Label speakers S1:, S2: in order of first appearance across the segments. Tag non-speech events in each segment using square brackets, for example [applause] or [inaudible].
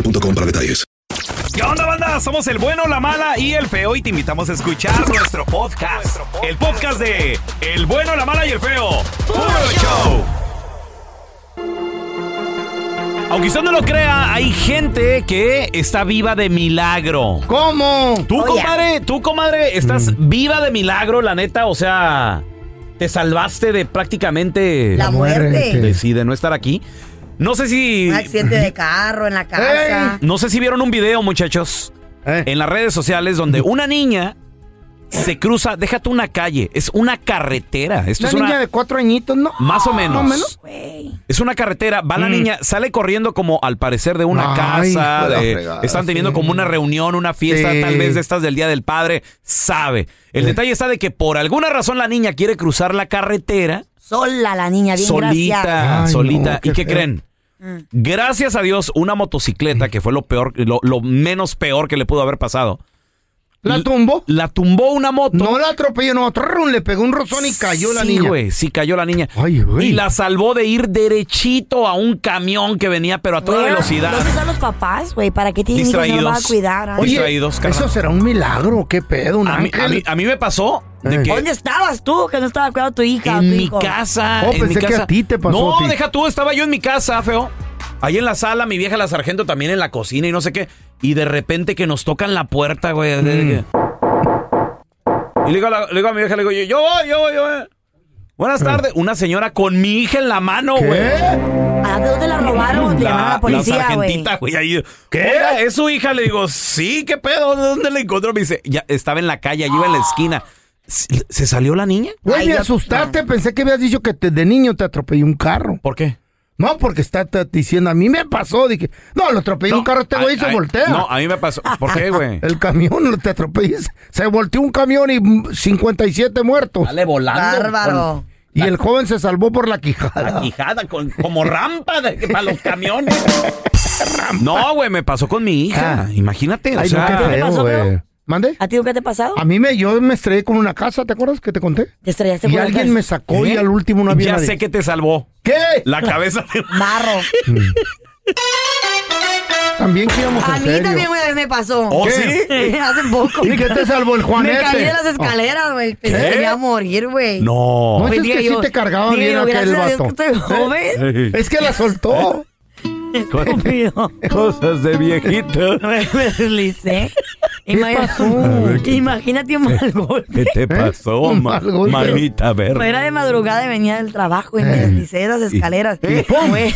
S1: para detalles.
S2: ¿Qué onda, banda? Somos el bueno, la mala y el feo y te invitamos a escuchar nuestro podcast. El podcast de El bueno, la mala y el feo. ¡Puro show! Aunque usted no lo crea, hay gente que está viva de milagro.
S3: ¿Cómo?
S2: Tú,
S4: Oh, ya.
S2: compadre, tú, comadre, estás
S4: Mm.
S2: viva de milagro, la neta, o sea, te salvaste de prácticamente...
S4: La muerte.
S2: De, sí, de no estar aquí. No sé si...
S4: Un accidente de carro en la casa.
S2: No sé si vieron un video, muchachos,
S3: Eh.
S2: en las redes sociales donde una niña se cruza, déjate una calle, es una carretera. Esto
S3: Una
S2: es una,
S3: niña de cuatro añitos, ¿no?
S2: Más o
S3: ¿No
S2: menos.
S3: menos? Mm.
S4: Güey.
S2: Es una carretera, va la niña, sale corriendo como al parecer de una
S3: Ay,
S2: casa,
S3: hijo de la
S2: de-
S3: fregada,
S2: están teniendo
S3: sí.
S2: como una reunión, una fiesta,
S3: Sí.
S2: tal vez de estas del Día del Padre, sabe. El detalle está de que por alguna razón la niña quiere cruzar la carretera
S4: Sola la niña, bien
S2: solita,
S4: graciada.
S3: Ay,
S2: solita.
S3: no, qué
S2: ¿Y
S3: feo.
S2: qué
S3: Mm.
S2: creen?
S4: Mm.
S2: Gracias a Dios, una motocicleta, que fue lo peor, lo, lo menos peor que le pudo haber pasado,
S3: La tumbó.
S2: la tumbó una moto.
S3: No la atropelló, no. trrrun, le pegó un rozón y cayó la
S2: Sí,
S3: niña.
S2: güey, sí, cayó la niña.
S3: Ay, güey.
S2: Y la salvó de ir derechito a un camión que venía, pero a toda
S4: Güey,
S2: velocidad.
S4: ¿Dónde están los papás, güey? ¿Para qué tienen hijos? No los
S2: Distraídos.
S4: van a cuidar. ah?
S2: Oye, distraídos,
S3: Oye,
S2: carnal.
S3: eso será un milagro, qué pedo, un
S2: A mí,
S3: ángel.
S2: a mí- a mí me pasó
S3: Eh.
S2: de que
S4: ¿Dónde estabas tú que no estaba cuidando a tu hija? o tu
S2: en mi
S4: hijo?
S2: casa.
S3: Oh,
S2: en mi
S3: pensé que
S2: casa-
S3: a ti te pasó,
S2: No,
S3: a ti.
S2: deja tú, estaba yo en mi casa, feo. Ahí en la sala, mi vieja la sargento también en la cocina y no sé qué. Y de repente que nos tocan la puerta, güey. de-
S3: Mm.
S2: de que- Y le digo, a la- le digo a mi vieja, le digo, yo, yo voy, yo voy, yo voy. Buenas tardes. Una señora con mi hija en la mano,
S3: ¿Qué?
S2: güey.
S4: ¿A dónde te la robaron? o te llamaron a la policía, güey.
S2: sargentita, güey. ahí, "Oiga, ¿Es su hija? Le digo, sí, ¿qué pedo? ¿De dónde la encontró? Me dice, ya estaba en la calle, allí iba en la esquina.
S3: Ah,
S2: ¿Se se salió la niña?
S3: Güey,
S4: Ay,
S3: me
S4: yo-
S3: asustaste, pensé que habías dicho que te- de niño te atropelló un carro.
S2: ¿Por qué?
S3: No, porque está, está diciendo, a mí me pasó, dije, no, lo atropelló un carro, este
S2: a-
S3: güey se
S2: a-
S3: voltea.
S2: No, a mí me pasó. ¿Por
S3: [laughs]
S2: qué, güey?
S3: El camión lo te atropelló, se- se volteó un camión y mm, 57 muertos.
S2: Dale volando.
S4: Bárbaro.
S3: Y el joven se salvó por la quijada.
S2: La quijada, con, como rampa de- para los camiones. no, güey, me pasó con mi hija.
S3: Ah.
S2: Imagínate. o
S3: Ay, no,
S2: sea,
S3: qué feo,
S4: pasó,
S3: güey.
S4: feo?
S3: ¿Mande?
S4: ¿A ti nunca te ha pasado?
S3: A mí me, yo me estrellé con una casa, ¿te acuerdas que te conté?
S4: ¿Te estrellaste
S3: Y
S4: por la
S3: alguien
S4: casa?
S3: me sacó y
S2: ¿eh?
S3: al último no había
S2: Ya
S3: nadie.
S2: sé que te salvó.
S3: ¿Qué?
S2: La cabeza
S4: [laughs]
S2: de-
S4: Barro.
S3: También que íbamos
S4: A
S3: en
S4: mí
S3: serio.
S4: también una vez me pasó.
S2: ¿Oh,
S3: ¿Qué?
S4: [laughs]
S2: sí?
S4: Hace poco.
S3: ¿Y qué te salvó el Juanete?
S4: Me caí de las escaleras, güey. Pensé
S2: ¿Qué?
S4: que me iba a morir, güey.
S2: No.
S3: No,
S4: Pues
S3: es que
S4: dije
S3: sí
S4: yo-
S3: te cargaban
S4: dije
S3: bien
S4: yo,
S3: aquel
S4: gracias a Dios
S3: vato. ¿Eh?
S4: que
S2: ¿Eh?
S4: estoy joven.
S3: Es que la
S2: [laughs]
S3: soltó.
S4: Estúpido.
S2: Cosas de [laughs] viejito.
S4: [laughs] Me me deslicé. Imagina-
S3: pasó? A ver, ¿Eh?
S4: Imagínate un mal golpe.
S2: ¿Qué te pasó,
S3: Un
S2: ma-
S3: mal golpe. Eh.
S2: mamita verde?
S4: Era de madrugada y venía del trabajo y me deslicé de las escaleras. Güey.
S3: Oye,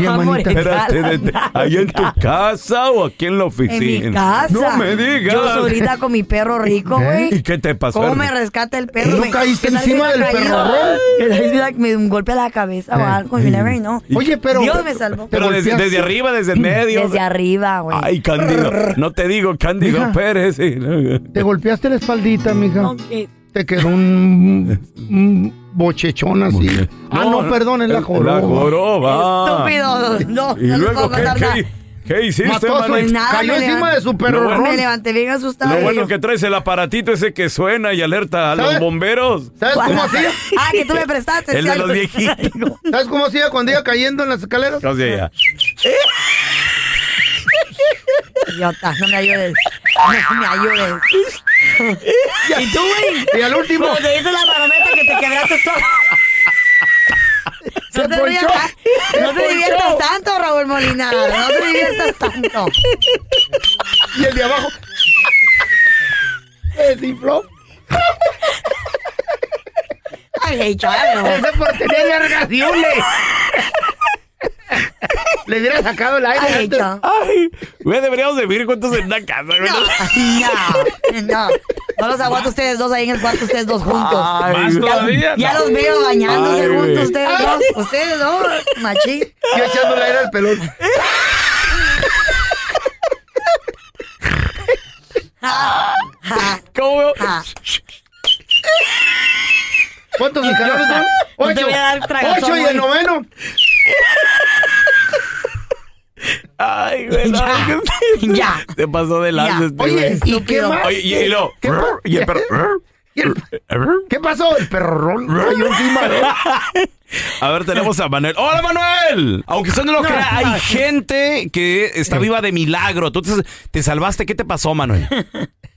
S4: Estaba
S3: manita.
S4: morenada
S2: Espérate, de- de-
S4: la
S2: ¿ahí en tu casa o aquí en la
S4: En
S2: oficina?
S4: mi casa.
S2: No me digas.
S4: Yo solita con mi perro rico,
S3: ¿Eh?
S4: güey.
S2: ¿Y qué te pasó?
S4: ¿Cómo me rescata el perro?
S3: ¿No
S4: güey?
S3: caíste
S4: ¿Qué tal si
S3: encima
S4: hubiera
S3: del
S4: caído?
S3: perro? Eh,
S4: ¿Qué tal si hubiera- me dio un golpe a la cabeza o algo? You never know.
S3: Oye, pero.
S4: Dios me salvó.
S3: te
S2: Pero desde,
S3: golpeaste.
S2: desde arriba, desde el medio.
S4: Desde arriba, güey.
S3: Ah,
S2: Ay, Cándido. No te digo Cándido
S3: Mija.
S2: Pérez. sí.
S3: Te golpeaste la espaldita, mija.
S4: No, eh. que-
S3: Te quedó un, un bochechón así. ah, no, perdón, es la joroba.
S2: La joroba.
S4: Estúpido. No,
S2: Y
S4: no les
S2: luego,
S4: puedo
S2: ¿qué,
S4: contar
S2: qué, qué hiciste,
S3: Mató a su-
S2: Manex?
S4: Nada,
S3: cayó
S4: me
S3: encima
S4: levanto.
S3: de su perro.
S2: No, bueno,
S4: Me levanté bien asustada.
S2: Lo
S4: y
S2: bueno
S4: yo,
S2: que traes el aparatito ese que suena y alerta a
S3: ¿Sabe?
S2: los bomberos.
S3: ¿Sabes
S4: ¿Cuál?
S3: cómo hacía?
S4: [laughs] Ah, que tú me prestaste.
S2: El
S4: sí,
S2: de
S4: algo. [laughs]
S2: los viejitos.
S3: ¿Sabes cómo hacía cuando iba cayendo en las escaleras?
S2: O sea, ya.
S4: idiota, no me ayudes. No me ayudes.
S3: [laughs] ¿Y tú, güey? Y al último.
S4: Como te dice la marometa que te quebraste
S3: [laughs]
S4: todo.
S3: Se
S4: No te,
S3: ponchó,
S4: diviertas,
S3: se
S4: no te
S3: ponchó.
S4: diviertas tanto, Raúl Molina. No
S3: [laughs]
S4: te diviertas tanto.
S3: Y el de abajo. Se desinfló.
S4: Ay, chaval.
S3: Ese por tener largaciones. Le hubiera sacado el aire.
S4: Ay,
S3: antes.
S4: chaval.
S2: Ay, güey, deberíamos de vivir juntos en una casa, güey.
S4: No, eh, no. No los aguanto ustedes dos ahí en el cuarto, ustedes dos juntos.
S2: Más todavía.
S4: ya
S2: no.
S4: los veo bañándose
S2: Ay,
S4: juntos
S2: güey.
S4: ustedes dos. Ustedes dos, machín.
S3: Yo echando el aire al pelón.
S4: Ja.
S2: ¿Cómo veo?
S4: Ah.
S3: ¿Cuántos escalones son?
S4: No te
S3: Ocho.
S4: voy a dar tragazón,
S3: Ocho y
S4: güey.
S3: el noveno.
S2: Ay, güey. no,
S4: Ya,
S2: que-
S4: ya.
S2: Se pasó de lanza
S4: Ya.
S2: este,
S3: Oye,
S2: güey.
S3: ¿y qué
S4: Estúpido.
S3: más?
S2: Oye, y, y lo.
S3: ¿Qué por-
S2: Y el perro.
S3: ¿Y el- ¿Qué pasó? El perro rol cayó encima de él.
S2: A ver, tenemos a Manuel. ¡Hola, Manuel! Aunque usted no lo crea, hay gente que está viva de milagro. Tú te, te salvaste. ¿Qué te pasó, Manuel?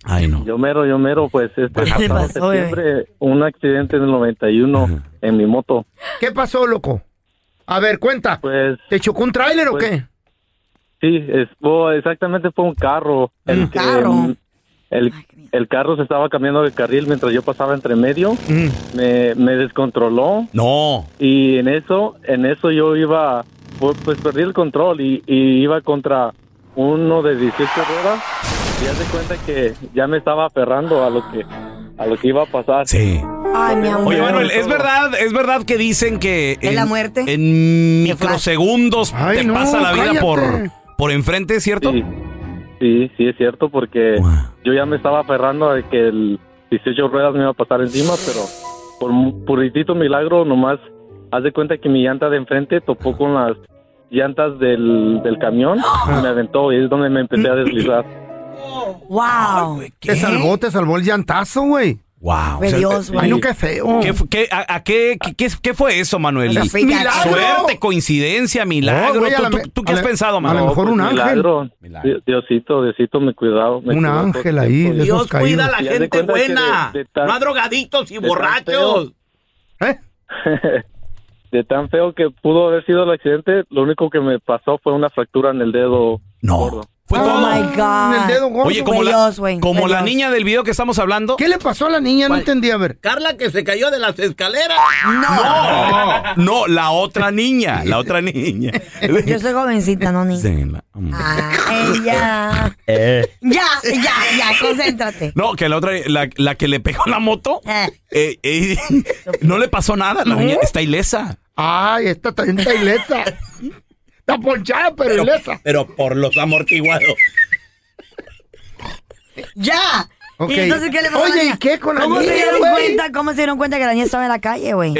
S2: Ay, no.
S5: Yo mero, yo mero, pues este
S2: Ajá.
S4: ¿Qué
S5: pasado
S4: pasó, güey?
S5: septiembre, un accidente en el 91 en mi moto.
S3: ¿Qué pasó, loco? A ver, cuenta.
S5: Pues
S3: ¿Te chocó un tráiler o
S5: Pues-
S3: qué?
S5: sí, es- fue- exactamente fue un carro.
S4: ¿Un
S5: El que,
S4: carro?
S5: mm, El,
S4: Ay, qué miedo.
S5: el carro se estaba cambiando de carril mientras yo pasaba entre medio.
S3: Mm.
S5: Me, me descontroló
S2: No.
S5: y en eso, en eso yo iba, pues, pues, perdí el control y, y iba contra uno de 18 ruedas. Y haz de cuenta que ya me estaba aferrando a lo que, a lo que iba a pasar.
S2: Sí.
S4: Ay, mi amor.
S2: Oye, Manuel, es verdad, es [laughs] verdad que dicen que.
S4: ¿Es la muerte?
S2: En
S4: ¿Qué flash?
S2: microsegundos
S3: Ay,
S2: te
S3: no,
S2: pasa la vida
S3: cállate.
S2: por, por enfrente, ¿es ¿cierto?
S5: Sí, sí, sí, es cierto, porque
S2: Wow.
S5: yo ya me estaba aferrando a que el 18 ruedas me iba a pasar encima, pero por un puritito milagro, nomás haz de cuenta que mi llanta de enfrente topó con las llantas del, del camión y me aventó y es donde me empecé a deslizar.
S4: Wow.
S3: Te salvó, te salvó el llantazo, güey.
S2: Wow.
S4: De Dios,
S3: Ay,
S4: güey.
S3: no, qué feo.
S2: eh, ¿Qué, fu- qué- a, a qué, qué- qué- qué fue eso, Manuel?
S4: Esa fue
S3: milagro.
S2: Suerte, coincidencia, milagro.
S3: No, güey, a
S2: ¿Tú-
S3: la
S2: ¿Tú,
S3: me-
S2: tú qué
S3: a
S2: has
S3: la-
S2: pensado,
S3: a la
S2: Manuel?
S3: mejor un ángel.
S5: milagro. Di- Diosito, Diosito me cuidado. me
S3: Un
S5: cuidado todo
S3: ángel
S5: el
S3: ahí,
S5: tiempo.
S3: de esos caídos.
S5: la gente buena, no a
S2: drogadictos y
S5: tan borrachos.
S3: ¿Eh?
S6: [laughs]
S5: De tan feo que pudo haber sido el accidente, lo único que me pasó fue una fractura en el dedo
S2: No.
S5: gordo.
S2: Fue
S4: Oh
S2: todo.
S4: my God.
S3: En el dedo gordo.
S2: Oye, como,
S4: Fue
S2: la,
S4: Dios, güey,
S2: como
S4: fue
S2: la
S4: Dios.
S2: niña del video que estamos hablando.
S3: ¿Qué le pasó a la niña? No entendí, a ver.
S2: Carla que se cayó de las escaleras.
S4: No.
S2: No, no, la otra niña,
S4: [laughs]
S2: la otra niña.
S4: Yo soy jovencita, no niña.
S2: [laughs] Sí, la-
S4: Ah, ella. Ya, ya, ya, concéntrate.
S2: No, que la otra, la, la que le pegó la
S4: [laughs]
S2: moto,
S4: Eh.
S2: eh, eh, [laughs] no le pasó nada, la niña está ilesa.
S3: Ay, esta también está ilesa. Está ponchada, pero ilesa.
S2: Pero por los amortiguados.
S4: ¡Ya!
S3: Ok.
S4: ¿Y entonces qué le pasó a la
S3: Oye,
S4: niña?
S3: ¿y qué con la
S4: ¿Cómo se
S3: niña,
S4: dieron
S3: güey?
S4: cuenta? ¿Cómo se dieron cuenta que la niña estaba en la calle, güey?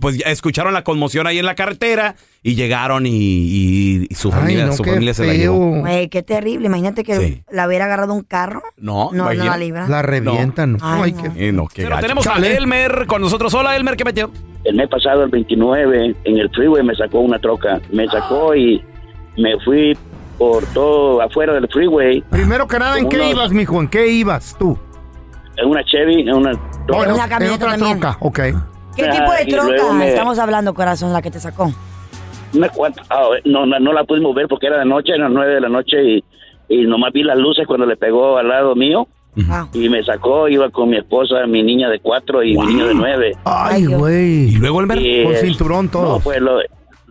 S2: pues ya escucharon la conmoción ahí en la carretera y llegaron y, y- y su
S3: Ay,
S2: familia,
S3: no,
S2: su
S3: qué
S2: familia se la llevó.
S3: feo.
S4: Güey, qué terrible. Imagínate que
S2: Sí.
S4: la hubiera agarrado un carro.
S2: No,
S4: No, no
S2: imagina-
S4: la libra.
S3: La revientan.
S4: Ay,
S3: Ay,
S4: no.
S3: qué
S2: Eh, no, qué
S7: Pero
S2: gacho.
S7: tenemos a
S2: Chale. Elmer con nosotros. Hola, Elmer, ¿qué metió?
S7: El mes pasado, el 29, en el freeway me sacó una troca. Me
S2: Ah.
S7: sacó y me fui por todo afuera del freeway
S3: Primero que nada, ¿en qué
S7: Uno.
S3: ibas, mijo? ¿En qué ibas tú?
S7: en una Chevy, en una
S3: Oh,
S7: troca.
S3: no,
S4: una
S3: en
S4: camioneta
S3: otra
S4: también.
S3: troca, ok.
S4: ¿Qué
S7: Ah,
S4: tipo de
S7: y luego
S4: troca
S7: me-
S4: estamos hablando, corazón, la que te sacó?
S7: Una cuanta- ah, no, no, no la pude mover porque era de noche, eran las 9 de la noche y, y nomás vi las luces cuando le pegó al lado mío
S4: Wow.
S7: y me sacó. Iba con mi esposa, mi niña de 4 y mi niño de 9.
S3: Ay,
S4: Ay, Dios.
S2: Y
S3: güey.
S2: luego, Elmer,
S7: Y,
S3: Con
S7: eh,
S3: cinturón todo.
S7: No, pues lo-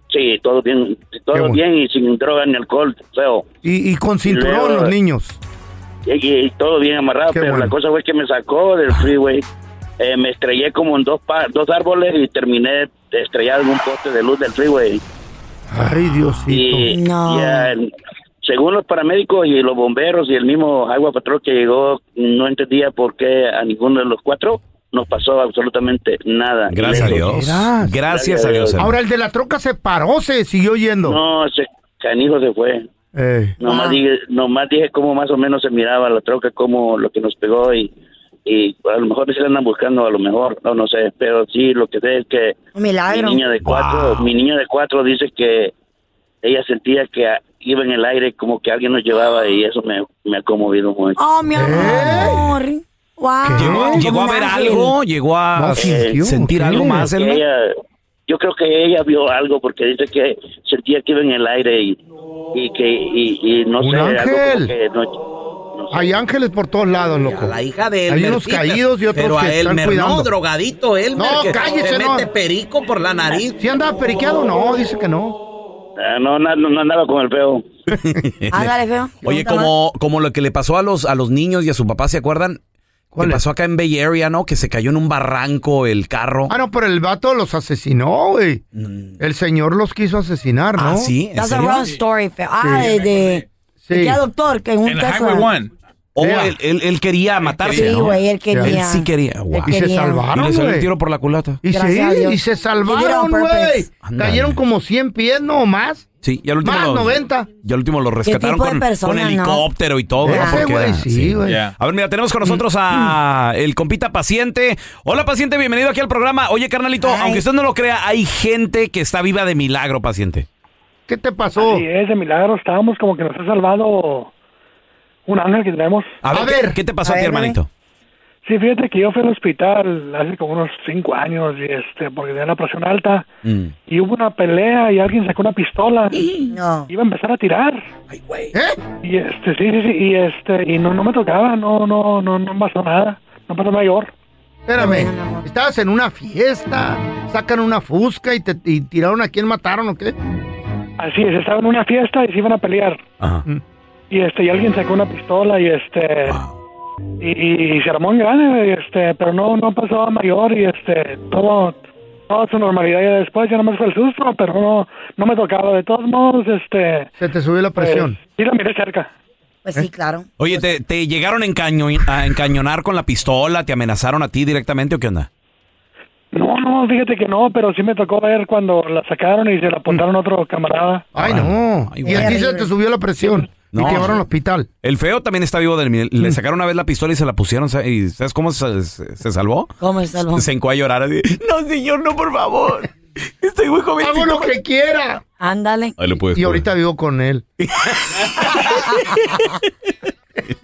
S7: sí, todo bien, todo
S3: bueno.
S7: bien y sin droga ni alcohol, feo.
S3: Y, y con cinturón
S7: luego-
S3: los niños.
S7: y, y- y todo bien amarrado,
S3: Qué
S7: pero
S3: bueno.
S7: la cosa fue que me sacó del freeway. Eh, me estrellé como en dos, pa- dos árboles y terminé estrellado en un poste de luz del freeway.
S3: Ay, Diosito.
S7: Y,
S4: No.
S7: y, eh, según los paramédicos y los bomberos y el mismo agua patrón que llegó, no entendía por qué a ninguno de los cuatro nos pasó absolutamente nada.
S2: Gracias a
S7: Lejos.
S2: Dios.
S3: Verás.
S2: Gracias a Dios. Elmer.
S3: Ahora el de la troca se paró, se siguió yendo.
S7: No, ese canijo se fue.
S3: Eh,
S7: Nomás,
S4: Ah.
S7: dije, nomás dije cómo más o menos se miraba la troca, como lo que nos pegó y, y a lo mejor se la andan buscando, a lo mejor, no, no sé, pero sí, lo que sé es que
S4: Un milagro.
S7: mi niña de cuatro,
S2: Wow.
S7: mi niña de cuatro dice que ella sentía que ah, iba en el aire como que alguien nos llevaba y eso me, me ha conmovido mucho.
S4: Oh, mi amor. Wow.
S2: ¿Llegó,
S4: Como
S2: llegó a
S4: un
S2: ver
S4: ángel.
S2: algo? ¿Llegó a eh,
S3: No, sintió,
S2: Ah, sentir
S3: ¿qué?
S2: algo más,
S7: Que
S2: Elma?
S7: ella- yo creo que ella vio algo porque dice que sentía que iba en el aire y, y que y, y no
S3: Un
S7: sé algo como
S3: ángel.
S7: que no- no sé.
S3: Hay ángeles por todos lados, loco.
S8: A la hija de él.
S3: Hay unos caídos y otros
S8: Pero
S3: que
S8: a
S3: están
S8: Elmer,
S3: cuidando.
S8: no, drogadito Elmer.
S3: No,
S8: que
S3: cállese,
S8: se
S3: no.
S8: mete perico por la nariz.
S3: ¿Si anda periqueado? No, dice que no.
S7: Ah, no, na- no, no andaba con el feo.
S4: Ándale, Ah, feo.
S2: Oye,
S4: Pregunta más.
S2: como, como lo que le pasó a los, a los niños y a su papá, ¿se acuerdan?
S3: ¿Cuál
S2: Que
S3: es?
S2: pasó acá en Bay Area, ¿no? Que se cayó en un barranco el carro.
S3: Ah, no, pero el vato los asesinó, güey. El señor los quiso asesinar, ¿no?
S2: Ah, sí. ¿En
S4: That's a
S2: serio?
S4: wrong story, feo. Ah, de... de...
S3: Sí.
S4: de que era doctor, que en un
S9: En la
S4: caso...
S9: Highway 1.
S2: O
S3: Ea.
S2: él, él- él quería matarse,
S4: Sí,
S2: ¿no?
S4: güey, él quería.
S2: Él sí quería. Wow.
S3: Y se
S4: Querían.
S2: Y
S3: salvaron,
S2: le salió el
S3: güey.
S2: tiro por la culata.
S3: Y,
S4: Gracias
S3: sí,
S4: a Dios.
S3: y se
S4: They did it
S3: salvaron,
S4: on
S3: güey.
S4: purpose.
S2: Ándale.
S3: Cayeron como 100 pies nomás.
S2: Sí, y al último.
S3: Más
S2: los-
S3: 90.
S2: Y al último lo rescataron
S4: tipo de
S2: con,
S4: persona,
S2: con helicóptero y todo. ¿no?
S3: Ese,
S2: Porque
S3: güey,
S2: era-
S3: sí, güey.
S9: Ya.
S2: A ver, mira, tenemos con nosotros
S4: [clears throat]
S2: a el compita paciente. Hola, paciente, bienvenido aquí al programa. Oye, carnalito,
S4: Ay.
S2: aunque usted no lo crea, hay gente que está viva de milagro, paciente.
S3: ¿Qué te pasó?
S10: Sí, es de milagro. Estábamos como que nos ha salvado un ángel que tenemos.
S2: A
S3: A
S2: ver, ¿qué-
S3: ver.
S2: ¿qué, te pasó a,
S4: A
S2: ti,
S4: ver,
S2: hermanito?
S10: Sí, fíjate que yo fui al hospital hace como unos cinco años y este, porque tenía la presión alta
S2: Mm.
S10: y hubo una pelea y alguien sacó una pistola.
S4: No.
S10: Iba a empezar a tirar
S3: ¿Eh?
S10: y este, sí, sí, sí, y este, y no, no me tocaba, no, no, no, no pasó nada, no pasó mayor.
S3: Espérame.
S4: No, no, no.
S3: Estabas en una fiesta, sacan una fusca y te y tiraron a quién mataron o qué.
S10: Así es, estaba en una fiesta y se iban a pelear
S2: Ajá.
S11: Mm.
S10: y este, y alguien sacó una pistola y este,
S2: Wow.
S10: y, y- y se armó en grande, este, pero no, no pasó a mayor y este, todo, toda su normalidad ya después, ya nomás fue el susto, pero no, no me tocaba, de todos modos, este,
S3: Se te subió la
S10: pues,
S3: presión. ¿Eh?
S10: sí la miré cerca.
S4: Pues sí, claro.
S2: Oye, ¿te, te llegaron a, encaño- a encañonar con la pistola? ¿Te amenazaron a ti directamente o qué onda?
S10: No, no, fíjate que no, pero sí me tocó ver cuando la sacaron y se la apuntaron a otro camarada.
S3: Ay, no.
S2: Ay,
S3: y
S2: güey.
S3: a ti se te subió la presión.
S2: No.
S3: Y te llevaron al hospital. Mm.
S2: El feo también está vivo del mil- Le sacaron una vez la pistola y se la pusieron. ¿sa- ¿Y sabes cómo se, se- se salvó?
S4: ¿Cómo es salvo?
S2: Se encó a llorar. así, no, señor, no, por favor. Estoy muy joven.
S3: Hago lo que quiera.
S4: Ándale.
S2: Ahí lo puedes
S3: Y
S2: poner.
S3: ahorita vivo con él.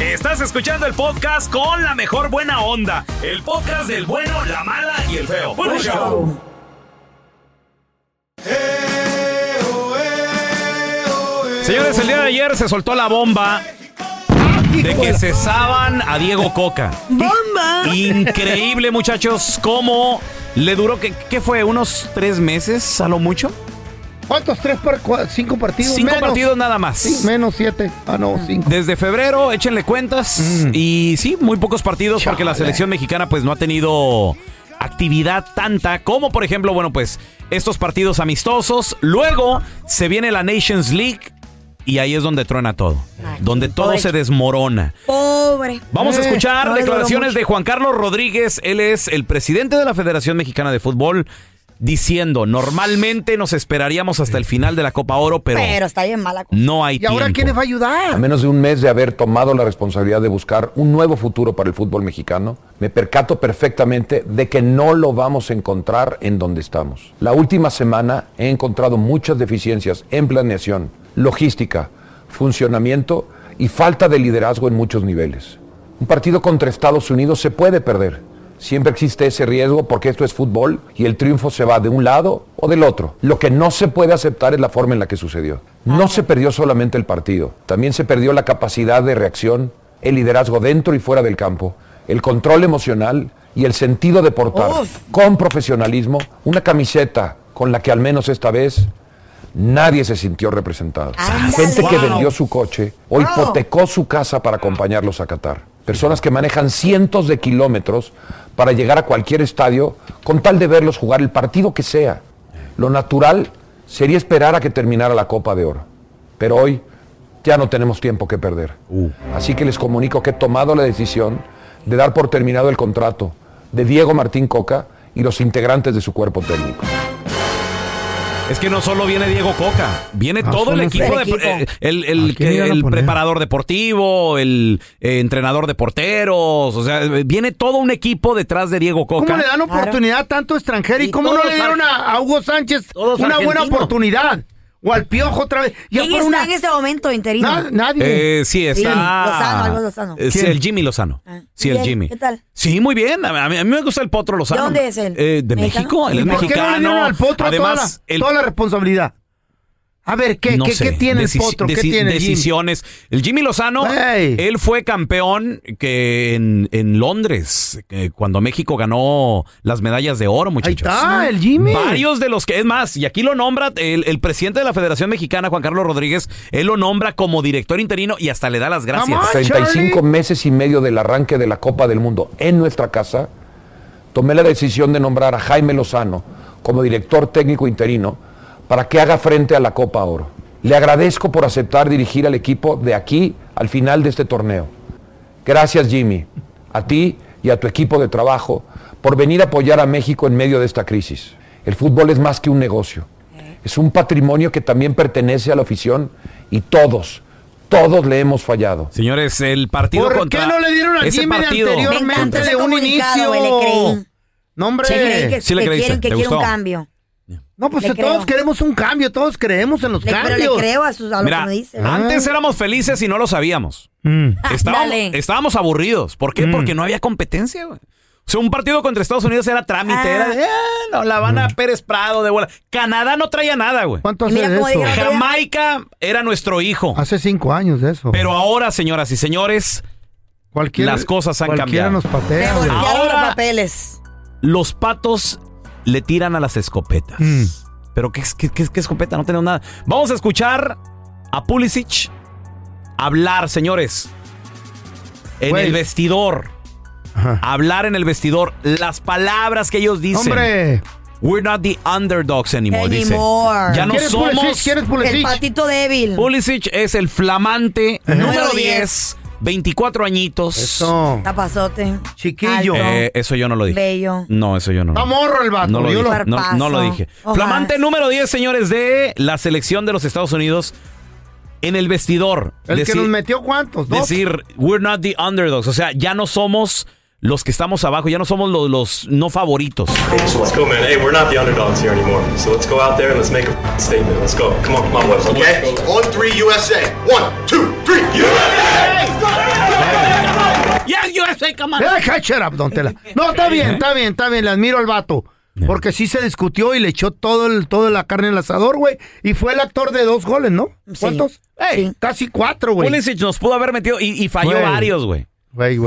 S2: Estás escuchando el podcast con la mejor buena onda. El podcast del bueno, la mala y el feo. Bueno, show. Señores, el día de ayer se soltó la bomba de que cesaban a Diego Coca. ¡Bomba! Increíble, muchachos, cómo le duró, ¿qué, qué fue? ¿Unos tres meses a lo mucho?
S3: ¿Cuántos? ¿Tres par cua- cinco partidos?
S2: Cinco
S3: menos.
S2: partidos nada más.
S3: Sí, menos siete. Ah, no, cinco.
S2: Desde febrero, échenle cuentas. Y sí, muy pocos partidos porque la
S3: Mm. Chale.
S2: selección mexicana pues no ha tenido actividad tanta como por ejemplo, bueno pues estos partidos amistosos. Luego se viene la Nations League y ahí es donde truena todo.
S4: Ay,
S2: Donde todo
S4: pobre
S2: se desmorona.
S4: Pobre.
S2: Vamos a
S3: Eh,
S2: escuchar
S4: no le duró
S2: declaraciones
S4: mucho.
S2: de Juan Carlos Rodríguez. Él es el presidente de la Federación Mexicana de Fútbol. Diciendo, normalmente nos esperaríamos hasta el final de la Copa Oro, pero,
S4: Pero está bien mala. cosa.
S2: no hay
S3: ¿Y ahora
S2: tiempo.
S3: quién les va a ayudar?
S12: A menos de un mes de haber tomado la responsabilidad de buscar un nuevo futuro para el fútbol mexicano, me percato perfectamente de que no lo vamos a encontrar en donde estamos. La última semana he encontrado muchas deficiencias en planeación, logística, funcionamiento y falta de liderazgo en muchos niveles. Un partido contra Estados Unidos se puede perder, Siempre existe ese riesgo porque esto es fútbol y el triunfo se va de un lado o del otro. Lo que no se puede aceptar es la forma en la que sucedió. No se perdió solamente el partido, también se perdió la capacidad de reacción, el liderazgo dentro y fuera del campo, el control emocional y el sentido de portar con profesionalismo una camiseta con la que al menos esta vez Nadie se sintió representado. Gente que
S9: Wow.
S12: vendió su coche o hipotecó su casa para acompañarlos a Qatar. Personas que manejan cientos de kilómetros para llegar a cualquier estadio con tal de verlos jugar el partido que sea. Lo natural sería esperar a que terminara la Copa de Oro. Pero hoy ya no tenemos tiempo que perder. Así que les comunico que he tomado la decisión de dar por terminado el contrato de Diego Martín Coca y los integrantes de su cuerpo técnico.
S2: Es que no solo viene Diego Coca, viene
S12: Ah,
S2: todo
S12: son
S2: el
S12: los-
S2: equipo,
S12: El
S2: de-
S12: equipo.
S2: el, el-
S12: ¿A quién
S2: que-
S12: iban a
S2: el
S12: poner?
S2: preparador deportivo, el eh, entrenador de porteros, o sea, viene todo un equipo detrás de Diego Coca.
S3: ¿Cómo le dan oportunidad a tanto extranjero y,
S2: Y
S3: cómo no
S2: todos
S3: le dieron a, a Hugo Sánchez
S2: todos
S3: una buena
S2: argentinos.
S3: oportunidad? O al piojo otra vez. Ya
S4: ¿Quién
S3: por
S4: está
S3: una-
S4: en este momento interino?
S3: Na- nadie.
S2: Eh, sí, está.
S4: Lozano, algo Lozano.
S2: Eh, sí,
S4: ¿Quién?
S2: el Jimmy Lozano.
S3: Ah,
S2: Sí, el
S4: ¿Qué-
S2: Jimmy.
S4: ¿Qué tal?
S2: Sí, muy bien. A a mí, a mí me gusta el Potro Lozano.
S4: ¿De dónde es él?
S2: Eh, de
S4: ¿Mexicano?
S2: México. Él
S3: ¿Y
S2: es
S3: por qué no le dieron
S2: mexicano.
S3: al potro
S2: Además,
S3: toda, la,
S2: el
S3: toda la responsabilidad? A ver, ¿qué,
S2: No
S3: qué,
S2: sé,
S3: qué tiene el
S2: deci-
S3: potro? ¿Qué
S2: deci-
S3: tiene el Jimmy?
S2: decisiones. El Jimmy Lozano, él fue campeón que en, en Londres, eh, cuando México ganó las medallas de oro, muchachos.
S3: está, Ah, el Jimmy.
S2: Varios de los que, es más, y aquí lo nombra el, el presidente de la Federación Mexicana, Juan Carlos Rodríguez, él lo nombra como director interino y hasta le da las gracias.
S12: 35 meses y medio del arranque de la Copa del Mundo en nuestra casa, tomé la decisión de nombrar a Jaime Lozano como director técnico interino para que haga frente a la Copa Oro. Le agradezco por aceptar dirigir al equipo de aquí al final de este torneo. Gracias Jimmy, a ti y a tu equipo de trabajo por venir a apoyar a México en medio de esta crisis. El fútbol es más que un negocio. Es un patrimonio que también pertenece a la afición y todos, todos le hemos fallado.
S2: Señores, el partido
S12: ¿Por
S2: contra
S12: qué no le dieron al
S2: ese
S12: Jimmy de
S2: partido
S12: anteriormente
S3: Antes
S4: Ese
S3: de un
S4: comunicado,
S3: inicio.
S4: güey, le creí.
S3: No, hombre.
S4: Sí, le creí que, que quieren, que quieren un cambio.
S3: No, pues
S4: Le
S3: todos
S4: creo.
S3: queremos un cambio, todos creemos en los
S4: Le- pero
S3: cambios.
S4: le creo a sus- a lo
S2: Mira, Ah.
S4: que me dice. Ah,
S2: antes éramos felices y no lo sabíamos. Estábamos, estábamos aburridos. ¿Por qué? Porque no había competencia, güey. O sea, un partido contra Estados Unidos era trámite, era de, "Ah, no, la van a Pérez Prado de bola. Canadá no traía nada, güey.
S3: ¿Cuánto hace de eso?
S2: Jamaica era nuestro hijo.
S3: Hace cinco años de eso.
S2: Pero ahora, señoras y señores,
S3: Cualquiera-
S2: las cosas han
S3: cualquiera
S2: cambiado.
S3: nos patea, güey.
S4: Voltearon los papeles.
S2: Los patos le tiran a las escopetas.
S3: Mm.
S2: Pero ¿qué, es- qué, qué es- qué escopeta? No tenemos nada. Vamos a escuchar a Pulisic hablar, señores. En
S3: Güey.
S2: el vestidor. Hablar en el vestidor. Las palabras que ellos dicen.
S3: Hombre.
S2: We're not the underdogs anymore, dice.
S4: Anymore.
S2: Ya no
S3: ¿Quieres
S2: somos.
S3: Pulisic? ¿Quieres Pulisic?
S4: El patito débil.
S2: Pulisic es el flamante número
S4: Número
S2: 10, 24 añitos.
S3: Eso.
S4: Tapazote.
S3: Chiquillo.
S2: Eh, eso yo no lo dije.
S4: Bello.
S2: No, eso yo no.
S3: Está morro el vato,
S2: No lo
S3: yo
S2: dije.
S3: lo-
S2: No, no lo dije.
S3: Ojalá.
S2: Flamante número 10, señores, de la selección de los Estados Unidos en el vestidor.
S3: El que
S2: Deci-
S3: nos metió cuántos, dos.
S2: Decir, we're not the underdogs. O sea, ya no somos los que estamos abajo, ya no somos los, los no favoritos.
S13: So let's go, man. Hey, we're not the underdogs here anymore. So let's go out there and let's make a f***ing statement. Let's go. Come on, come on, boys. Okay? On three, USA. One, two, three,
S2: Yeah, USA, come on.
S3: Eh, hey, shut up, don Tela. No, está bien, está bien, está bien. Le admiro al vato. Porque sí se discutió y le echó todo el, toda la carne al asador, güey. Y fue el actor de dos goles, ¿no? ¿Cuántos? Ey, Casi cuatro, güey.
S2: Pulisic nos pudo haber metido y, y falló
S3: Güey.
S2: varios, güey.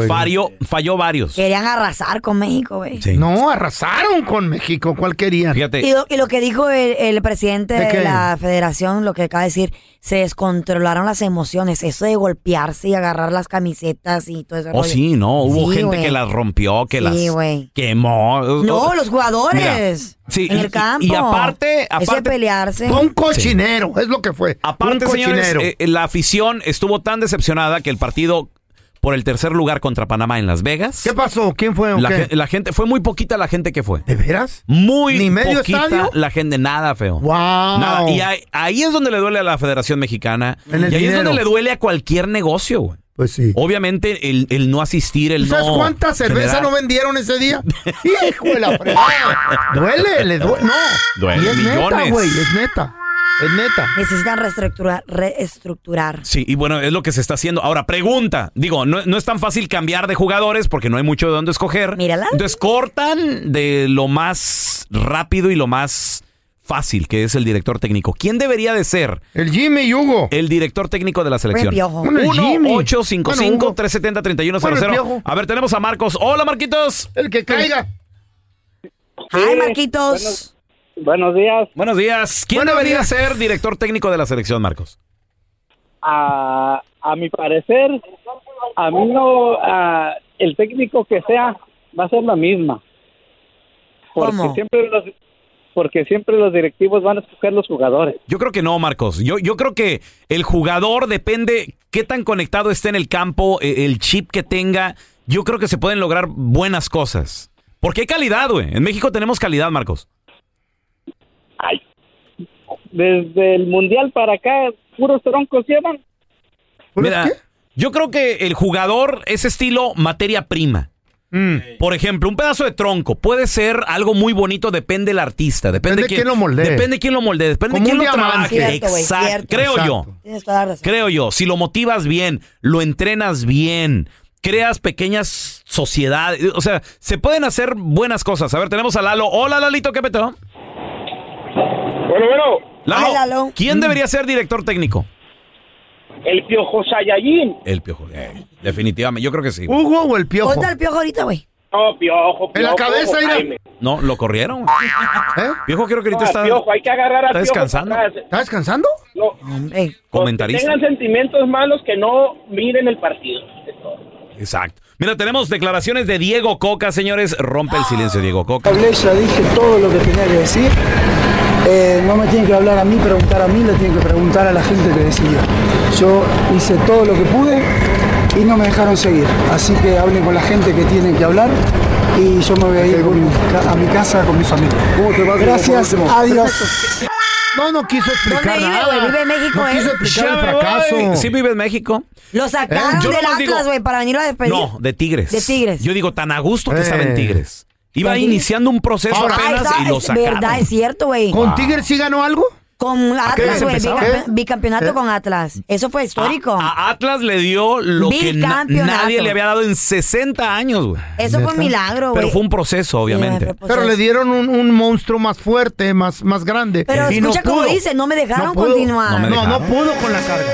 S2: Falló, falló varios.
S4: Querían arrasar con México, güey.
S3: No, arrasaron con México. ¿Cuál querían?
S4: Y lo, y lo que dijo el, el presidente
S3: ¿De
S4: de,
S3: qué?
S4: la federación, lo que acaba de decir, se descontrolaron las emociones. Eso de golpearse y agarrar las camisetas y todo eso.
S2: Oh, sí, no. Hubo gente
S4: güey.
S2: que las rompió, que
S4: Sí,
S2: las
S4: güey.
S2: quemó.
S4: No, los jugadores.
S2: Mira, sí,
S4: en
S2: y-
S4: el
S2: y-
S4: campo.
S2: Y, aparte,
S4: Eso de
S2: aparte.
S4: pelearse.
S3: Fue un cochinero, es lo que fue.
S2: Aparte,
S3: un
S2: señores,
S3: cochinero.
S2: eh, la afición estuvo tan decepcionada que el partido por el tercer lugar contra Panamá en Las Vegas.
S3: ¿Qué pasó? ¿Quién fue? o
S2: La,
S3: qué?
S2: gen- la gente, fue muy poquita la gente que fue. ¿De
S3: veras?
S2: Muy
S3: ¿Ni medio
S2: poquita
S3: estadio?
S2: la gente, nada feo.
S3: Wow.
S2: Nada. Y ahí, ahí es donde le duele a la Federación Mexicana. Y
S3: En el
S2: ahí es
S3: dinero.
S2: donde le duele a cualquier negocio, güey.
S3: Pues sí.
S2: Obviamente, el, el no asistir, el
S3: ¿Sabes
S2: no.
S3: cuánta cerveza
S2: generar-
S3: no vendieron ese
S2: [laughs]
S3: día? ¡Hijo de la fregada! Duele, le duele. No.
S2: Duele
S3: Y es neta,
S2: millones.
S3: güey, es neta. Es neta.
S4: Necesitan reestructurar. reestructurar.
S2: Sí, y bueno, es lo que se está haciendo. Ahora, pregunta. Digo, no, no es tan fácil cambiar de jugadores porque no hay mucho de dónde escoger.
S4: Mírala.
S2: Entonces cortan de lo más rápido y lo más fácil, que es el director técnico. ¿Quién debería de ser?
S3: El Jimmy Hugo.
S2: El director técnico de la selección.
S3: Piojo. Bueno, el Jimmy. Bueno,
S2: 1-855-370-3100.
S3: Bueno, el Piojo.
S2: a ver, tenemos a Marcos. Hola, Marquitos.
S3: El que caiga.
S4: Ay, Marquitos.
S2: Buenos días. Buenos días. ¿Quién debería ser director técnico de la selección, Marcos?
S9: a, a mi parecer, a mí no, a- el técnico que sea va a ser la misma. Porque
S2: ¿Cómo?
S9: siempre los porque siempre los directivos van a escoger los jugadores.
S2: Yo creo que no, Marcos. Yo, yo creo que el jugador depende qué tan conectado esté en el campo, e- el chip que tenga. Yo creo que se pueden lograr buenas cosas. Porque hay calidad, güey. En México tenemos calidad, Marcos.
S9: Desde el mundial para acá puros troncos llevan.
S2: Mira, yo creo que el jugador es estilo materia prima.
S3: Mm.
S2: Por ejemplo, un pedazo de tronco puede ser algo muy bonito, depende del artista, depende,
S3: Depende quién lo moldee.
S2: Depende quién lo moldee, depende
S3: Como
S2: quién
S3: un
S2: lo
S3: diamante.
S2: trabaje.
S3: Cierto, güey,
S2: Exacto.
S3: cierto.
S2: Creo yo.
S3: Exacto.
S4: Tienes toda la razón.
S2: Creo yo, si lo motivas bien, lo entrenas bien, creas pequeñas sociedades, o sea, se pueden hacer buenas cosas. A ver, tenemos a Lalo. Hola, Lalito, ¿qué peteo?
S14: Bueno, bueno.
S2: Lalo, ¿quién debería ser director técnico?
S14: El Piojo Sayayín.
S2: El Piojo. eh, definitivamente, yo creo que sí.
S14: Uh.
S3: ¿Hugo o el Piojo?
S4: Ponte al piojo ahorita, güey.
S14: No, Piojo, Piojo.
S2: En la cabeza, mira.
S14: Jaime.
S2: No,
S14: [laughs]
S2: lo corrieron. Viejo, creo que ahorita
S14: No,
S2: está,
S14: Piojo, hay que agarrar a
S2: está
S14: Piojo
S2: descansando.
S14: para Pues, atrás.
S3: ¿Está descansando?
S14: No,
S2: Comentarista.
S14: tengan sentimientos malos que no miren el partido.
S2: Exacto. Mira, tenemos declaraciones de Diego Coca, señores. Rompe el silencio, Diego Coca.
S15: Hablé, ya dije todo lo que tenía que decir. Eh, no me tienen que hablar a mí, preguntar a mí, le tienen que preguntar a la gente que decidió. Yo hice todo lo que pude y no me dejaron seguir. Así que hablen con la gente que tienen que hablar y yo me voy a ir con mi ca- a mi casa con mi familia. Gracias,
S3: [laughs]
S15: adiós.
S3: No, no quiso explicar
S4: ¿Dónde vive,
S3: nada.
S4: güey? Vive en México,
S3: No
S4: ¿eh?
S3: quiso explicar
S2: Ya
S3: el
S2: me voy.
S3: fracaso.
S2: Sí vive en México.
S4: Lo sacaron
S2: Eh, yo
S4: del
S2: nomás digo-
S4: Atlas, güey, para venir a despedir.
S2: No, de Tigres.
S4: De Tigres.
S2: Yo digo, tan a gusto que
S3: Eh.
S2: estaba en Tigres. Iba
S4: ¿Con Tigres?
S2: iniciando un proceso
S4: Ahora,
S2: apenas
S4: ah,
S2: y lo
S4: está- es
S2: sacaron.
S4: verdad, es cierto, güey.
S2: ¿Con
S4: Ah.
S3: ¿Tigres sí ganó algo?
S4: Con Atlas,
S2: Apenas
S4: güey.
S2: empezaba.
S4: bicampe-
S2: ¿Eh?
S4: Bicampeonato
S2: ¿Eh?
S4: con Atlas. Eso fue histórico.
S2: A Atlas le dio lo que na-
S4: Bicampeonato.
S2: nadie le había dado en 60 años, güey.
S4: Eso fue un milagro, güey.
S2: Pero fue un proceso, obviamente.
S3: Pero le dieron un, un monstruo más fuerte, más, más
S2: ah,
S3: grande.
S2: eh,
S4: Pero
S3: Y no
S4: escucha como
S3: pudo.
S4: dice, no me dejaron
S3: No pudo.
S4: continuar.
S3: No,
S2: me
S3: no,
S2: dejaron.
S3: pudo con la carga.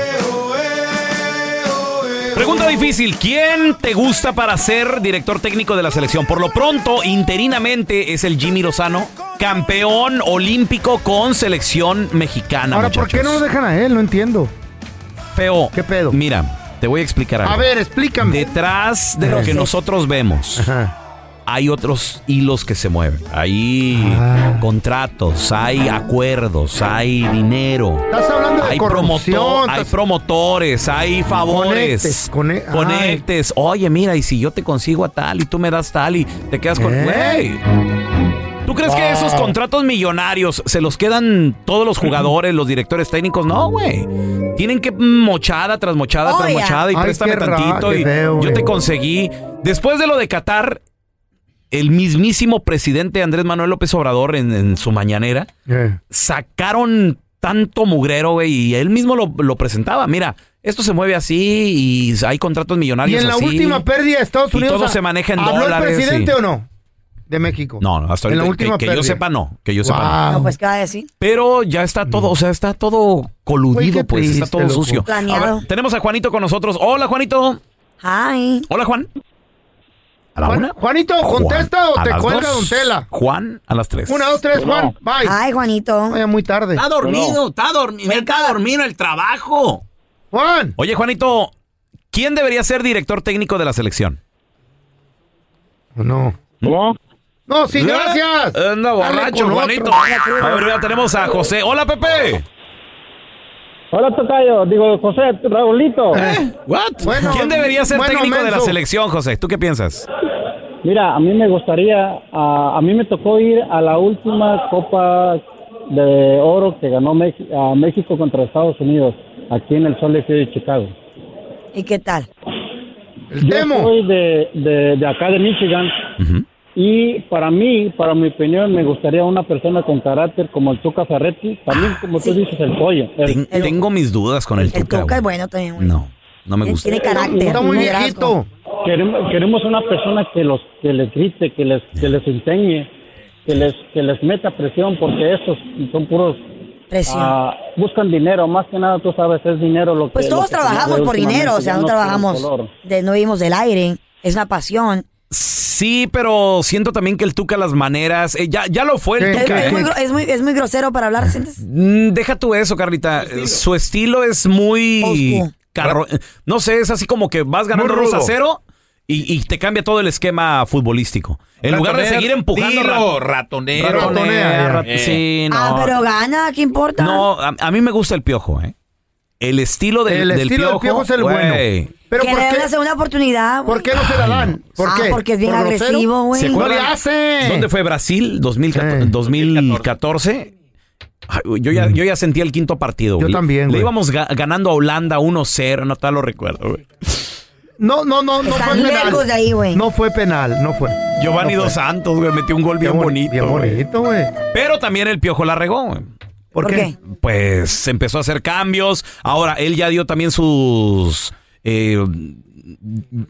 S2: Pregunta difícil, ¿quién te gusta para ser director técnico de la selección? Por lo pronto, interinamente es el Jimmy Lozano, campeón olímpico con selección mexicana.
S3: Ahora, ¿por
S2: muchachos.
S3: qué no lo dejan a él? No entiendo.
S2: Feo. ¿Qué pedo? Mira, te voy a explicar algo.
S3: A ver, explícame.
S2: Detrás de lo que nosotros vemos, hay otros hilos que se mueven. Hay
S3: Ah.
S2: contratos, hay acuerdos, hay dinero.
S3: Estás hablando de
S2: hay
S3: corrupción,
S2: promotor- hay
S3: estás-
S2: promotores, hay favores.
S3: Conectes, cone- e- ay.
S2: Conectes. Oye, mira, y si yo te consigo a tal y tú me das tal y te quedas con.
S3: ¿Eh?
S2: Güey, ¿Tú crees que esos contratos millonarios se los quedan todos los jugadores, los directores técnicos? No, güey. Tienen que mochada tras mochada
S4: Oh,
S2: tras
S4: ya.
S2: mochada y
S3: Ay,
S2: préstame
S3: qué ra-
S2: tantito
S3: qué
S2: y
S3: feo,
S2: yo
S3: güey.
S2: te conseguí. Después de lo de Qatar, el mismísimo presidente Andrés Manuel López Obrador en, en su mañanera sacaron tanto mugrero, güey, y él mismo lo, lo presentaba. Mira, esto se mueve así y hay contratos
S3: Y
S2: millonarios
S3: en la
S2: así.
S3: última pérdida de Estados
S2: Y
S3: Unidos.
S2: todo
S3: a-
S2: se maneja en
S3: ¿habló
S2: dólares,
S3: el presidente
S2: sí.
S3: o no? De México.
S2: No, no, hasta
S3: En la
S2: ahorita
S3: última
S2: que, que yo
S3: pérdida.
S2: sepa no, que yo sepa
S3: Wow.
S2: no.
S4: No, pues, ¿qué va a decir?
S2: Pero ya está todo, o sea, está todo
S4: Güey,
S2: coludido,
S4: qué
S2: pues, está
S4: triste,
S2: todo
S4: loco.
S2: sucio.
S4: Planeado.
S2: A ver, tenemos a Juanito con nosotros. Hola, Juanito.
S4: Ay.
S2: Hola, Juan. A la
S3: Juan-
S2: una.
S3: Juanito, ¿contesta o
S2: a
S3: te
S2: las
S3: cuelga,
S2: dos.
S3: don Tela?
S2: Juan, a las tres.
S3: Una, dos, tres, Juan. Bye.
S4: Ay, Juanito.
S3: Vaya muy tarde.
S2: Está dormido, está dormido, está dormido en el trabajo.
S3: Juan.
S2: Oye, Juanito, ¿quién debería ser director técnico de la selección?
S3: No.
S2: ¿No?
S3: No,
S2: ¿Eh?
S3: sí, gracias. Dale
S2: Anda borracho,
S3: con otro.
S2: Juanito. A ver, ya tenemos a José. Hola, Pepe.
S14: Hola, Tocayo. Digo, José, Raulito.
S2: Ah. What?
S14: Bueno,
S2: ¿Quién debería ser
S14: bueno,
S2: técnico de la
S14: menso.
S2: selección, José? ¿Tú qué piensas?
S9: Mira, a mí me gustaría, a, a mí me tocó ir a la última Copa de Oro que ganó Mex- a México contra Estados Unidos, aquí en el Sol de Fiel de Chicago.
S4: ¿Y qué tal?
S9: Yo soy de, de, de acá de Michigan Y para mí, para mi opinión, me gustaría una persona con carácter como el Tuca Ferretti, también como tú dices, el pollo.
S2: Ten- tengo mis dudas con el Tuca.
S4: Tuca
S2: güey.
S4: es bueno también.
S2: No, no me gusta.
S4: carácter, Está muy liderazgo.
S9: Queremos, queremos una persona que los que les grite, que les que les enseñe, que les que les meta presión, porque estos son puros
S4: Presión.
S9: ah, buscan dinero, más que nada tú sabes es dinero lo que.
S4: Pues todos trabajamos por dinero, o sea, no trabajamos, de, no vivimos del aire, es una pasión.
S2: Sí, pero siento también que el Tuca las maneras. eh, ya, ya lo fue el
S4: Es,
S2: Tuca.
S4: es
S2: eh.
S4: muy, gro- es muy- es muy grosero para hablar, ¿sientes?
S2: Mm, Deja tú eso, Carlita. Eh, Su estilo es muy. carro- eh, No sé, es así como que vas ganando
S11: Muy rudo.
S2: 2 a 0 y, y te cambia todo el esquema futbolístico. En lugar de
S11: Ratonero,
S2: seguir empujando.
S11: dilo,
S2: ra-
S11: ratonero.
S2: Ratonea, rat-
S11: Eh.
S2: sí, no.
S4: Ah, pero gana, ¿qué importa?
S2: No, a, a mí me gusta el piojo, ¿eh? El estilo del,
S3: El
S2: del
S3: estilo del
S2: piojo.
S3: Piojo es el
S2: güey.
S3: bueno. Pero
S4: que
S3: ¿por
S4: le den
S3: qué?
S4: una segunda oportunidad. ¿Por
S3: qué no se la dan? ¿Por
S4: ah,
S3: qué?
S4: porque es bien
S3: ¿Por grosero?
S4: agresivo,
S2: ¿Se
S4: Oh, güey.
S2: acuerdan? ¿Dónde
S4: ¿Dónde
S2: fue Brasil? 2014. 2014. Ay, güey, Yo ya, yo ya sentía el quinto partido. Mm. Yo también. Le íbamos ga- ganando a Holanda 1-0, no tal lo recuerdo. güey.
S3: No, no, no, no
S4: Están
S3: fue penal.
S4: lejos de ahí, güey.
S3: No fue penal, no fue.
S2: Giovanni
S3: No fue.
S2: Dos Santos, güey, metió un gol bien, bonito. güey. Pero también el piojo la regó. güey.
S3: ¿Por qué?
S2: Pues se empezó a hacer cambios. Ahora él ya dio también sus. eh,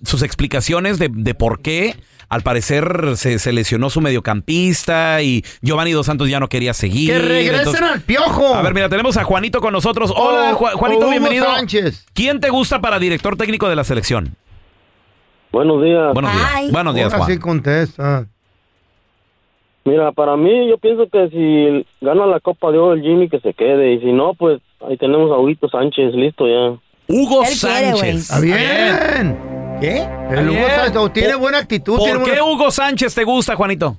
S2: sus explicaciones de, de por qué. Al parecer se, se lesionó su mediocampista y Giovanni Dos Santos ya no quería seguir.
S3: Que regresen
S2: Entonces-
S3: al piojo.
S2: A ver, mira, tenemos a Juanito con nosotros. Hola,
S3: O-
S2: Ju-
S3: o
S2: Juanito,
S3: Hugo
S2: bienvenido.
S3: Sánchez.
S2: ¿Quién te gusta para director técnico de la selección?
S16: Buenos días.
S2: Buenos días. Buenos días,
S3: Ahora
S2: Juan.
S3: sí contesta.
S11: ¿Eh?
S16: Mira, para mí yo pienso que si gana la Copa de Oro el Jimmy que se quede y si no, pues ahí tenemos a Huguito Sánchez, listo ya.
S2: Hugo Ah,
S3: Está Ah, bien. ¿Qué? El Hugo
S2: bien.
S3: Sánchez tiene buena actitud.
S2: ¿Por
S3: tiene
S2: qué
S3: buena-
S2: Hugo Sánchez te gusta, Juanito?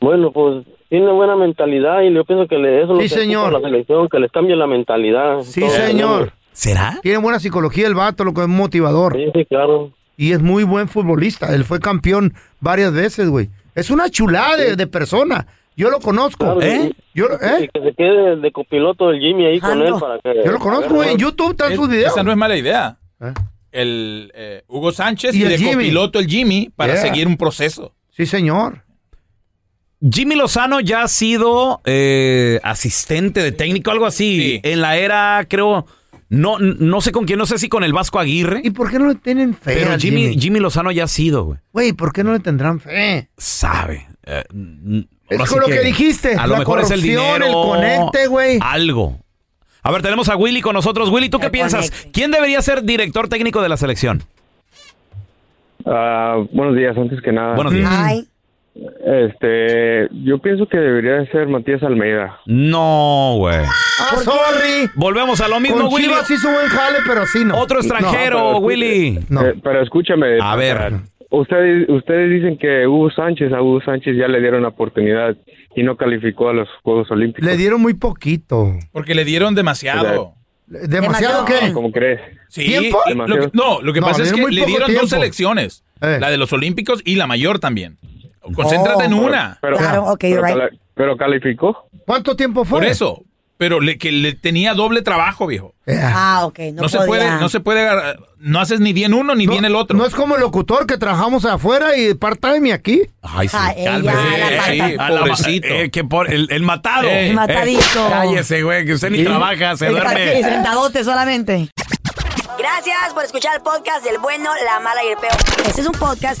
S16: Bueno, pues tiene buena mentalidad y yo pienso que le, eso es
S3: Sí,
S16: lo que
S3: señor.
S16: ocupa la selección, que les cambie la mentalidad.
S3: Sí, señor.
S2: ¿Será?
S3: Tiene buena psicología el vato, lo que es motivador.
S16: Sí, claro.
S3: Y es muy buen futbolista. Él fue campeón varias veces, güey. Es una chulada de, de persona. Yo lo conozco. ¿Eh? Yo, lo- ¿eh?
S16: Y que se quede de copiloto del Jimmy ahí con él para que...
S3: Yo lo conozco, güey. En YouTube están
S11: Es-
S3: sus videos.
S11: Eh, Esa no es mala idea.
S3: ¿Eh?
S11: El eh, Hugo Sánchez
S3: Y
S11: y,
S3: el
S11: de
S3: Jimmy.
S11: copiloto el Jimmy para
S3: Yeah.
S11: seguir un proceso.
S3: Sí, señor.
S2: Jimmy Lozano ya ha sido eh, asistente de técnico, algo así, en la era, creo, no, no sé con quién, no sé si con el Vasco Aguirre.
S3: ¿Y por qué no le tienen fe
S2: Pero
S3: al
S2: Jimmy,
S3: Jimmy?
S2: Jimmy Lozano ya ha sido, güey.
S3: Güey, ¿por qué no le tendrán fe?
S2: Sabe. Eh, n-
S3: Es
S2: ahora sí
S3: con lo que dijiste,
S2: A lo
S3: la
S2: mejor es el
S3: corrupción,
S2: dinero.
S3: el conecte, güey.
S2: Algo. A ver, tenemos a Willy con nosotros. Willy, ¿tú qué piensas? ¿Quién debería ser director técnico de la selección?
S6: Ah, buenos días, antes que nada.
S2: Buenos días.
S6: Este, yo pienso que debería ser Matías Almeida.
S2: No, güey.
S3: Ah, sorry.
S2: Volvemos a lo mismo,
S3: Con
S2: Willy.
S3: Chivas hizo buen jale, pero así no.
S2: Otro extranjero,
S6: No, pero escu-
S2: Willy.
S6: Eh, pero escúchame. A ver. Ustedes, ustedes dicen que Hugo Sánchez, a Hugo Sánchez ya le dieron la oportunidad y no calificó a los Juegos Olímpicos.
S3: Le dieron muy poquito.
S11: Porque le dieron demasiado.
S3: ¿Demasiado qué?
S6: ¿Cómo crees?
S11: Sí,
S3: ¿Tiempo?
S11: lo que- no, lo que
S3: No,
S11: pasa
S3: le
S11: es
S3: dieron
S11: que
S3: muy
S11: le
S3: poco
S11: dieron
S3: tiempo. Eh.
S11: dos selecciones. La de los Olímpicos y la mayor también. Concéntrate en
S6: Oh.
S11: una.
S6: Pero, pero cala- pero calificó.
S3: ¿Cuánto tiempo fue?
S11: Por eso. Pero le, que le tenía doble trabajo, viejo.
S3: Eh.
S4: Ah, ok, no,
S11: No, se puede,
S4: podía.
S11: no se puede, agarrar- no haces ni bien uno ni bien el otro.
S3: No es como el locutor que trabajamos afuera y part-time y aquí.
S2: Ay, sí,
S3: Ah, ella,
S2: cálmese.
S3: la
S2: Eh,
S3: pata.
S2: sí, a la- eh, que por- el, el matado.
S3: Eh, El
S2: Eh,
S4: matadito.
S2: cállese, güey, que usted ni
S4: Sí.
S2: trabaja, se
S4: El
S2: duerme.
S4: tar-
S3: Eh.
S4: y sentadote solamente. Gracias por escuchar el podcast del bueno, la mala y el peor. Este es un podcast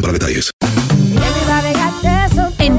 S1: para detalles.
S17: En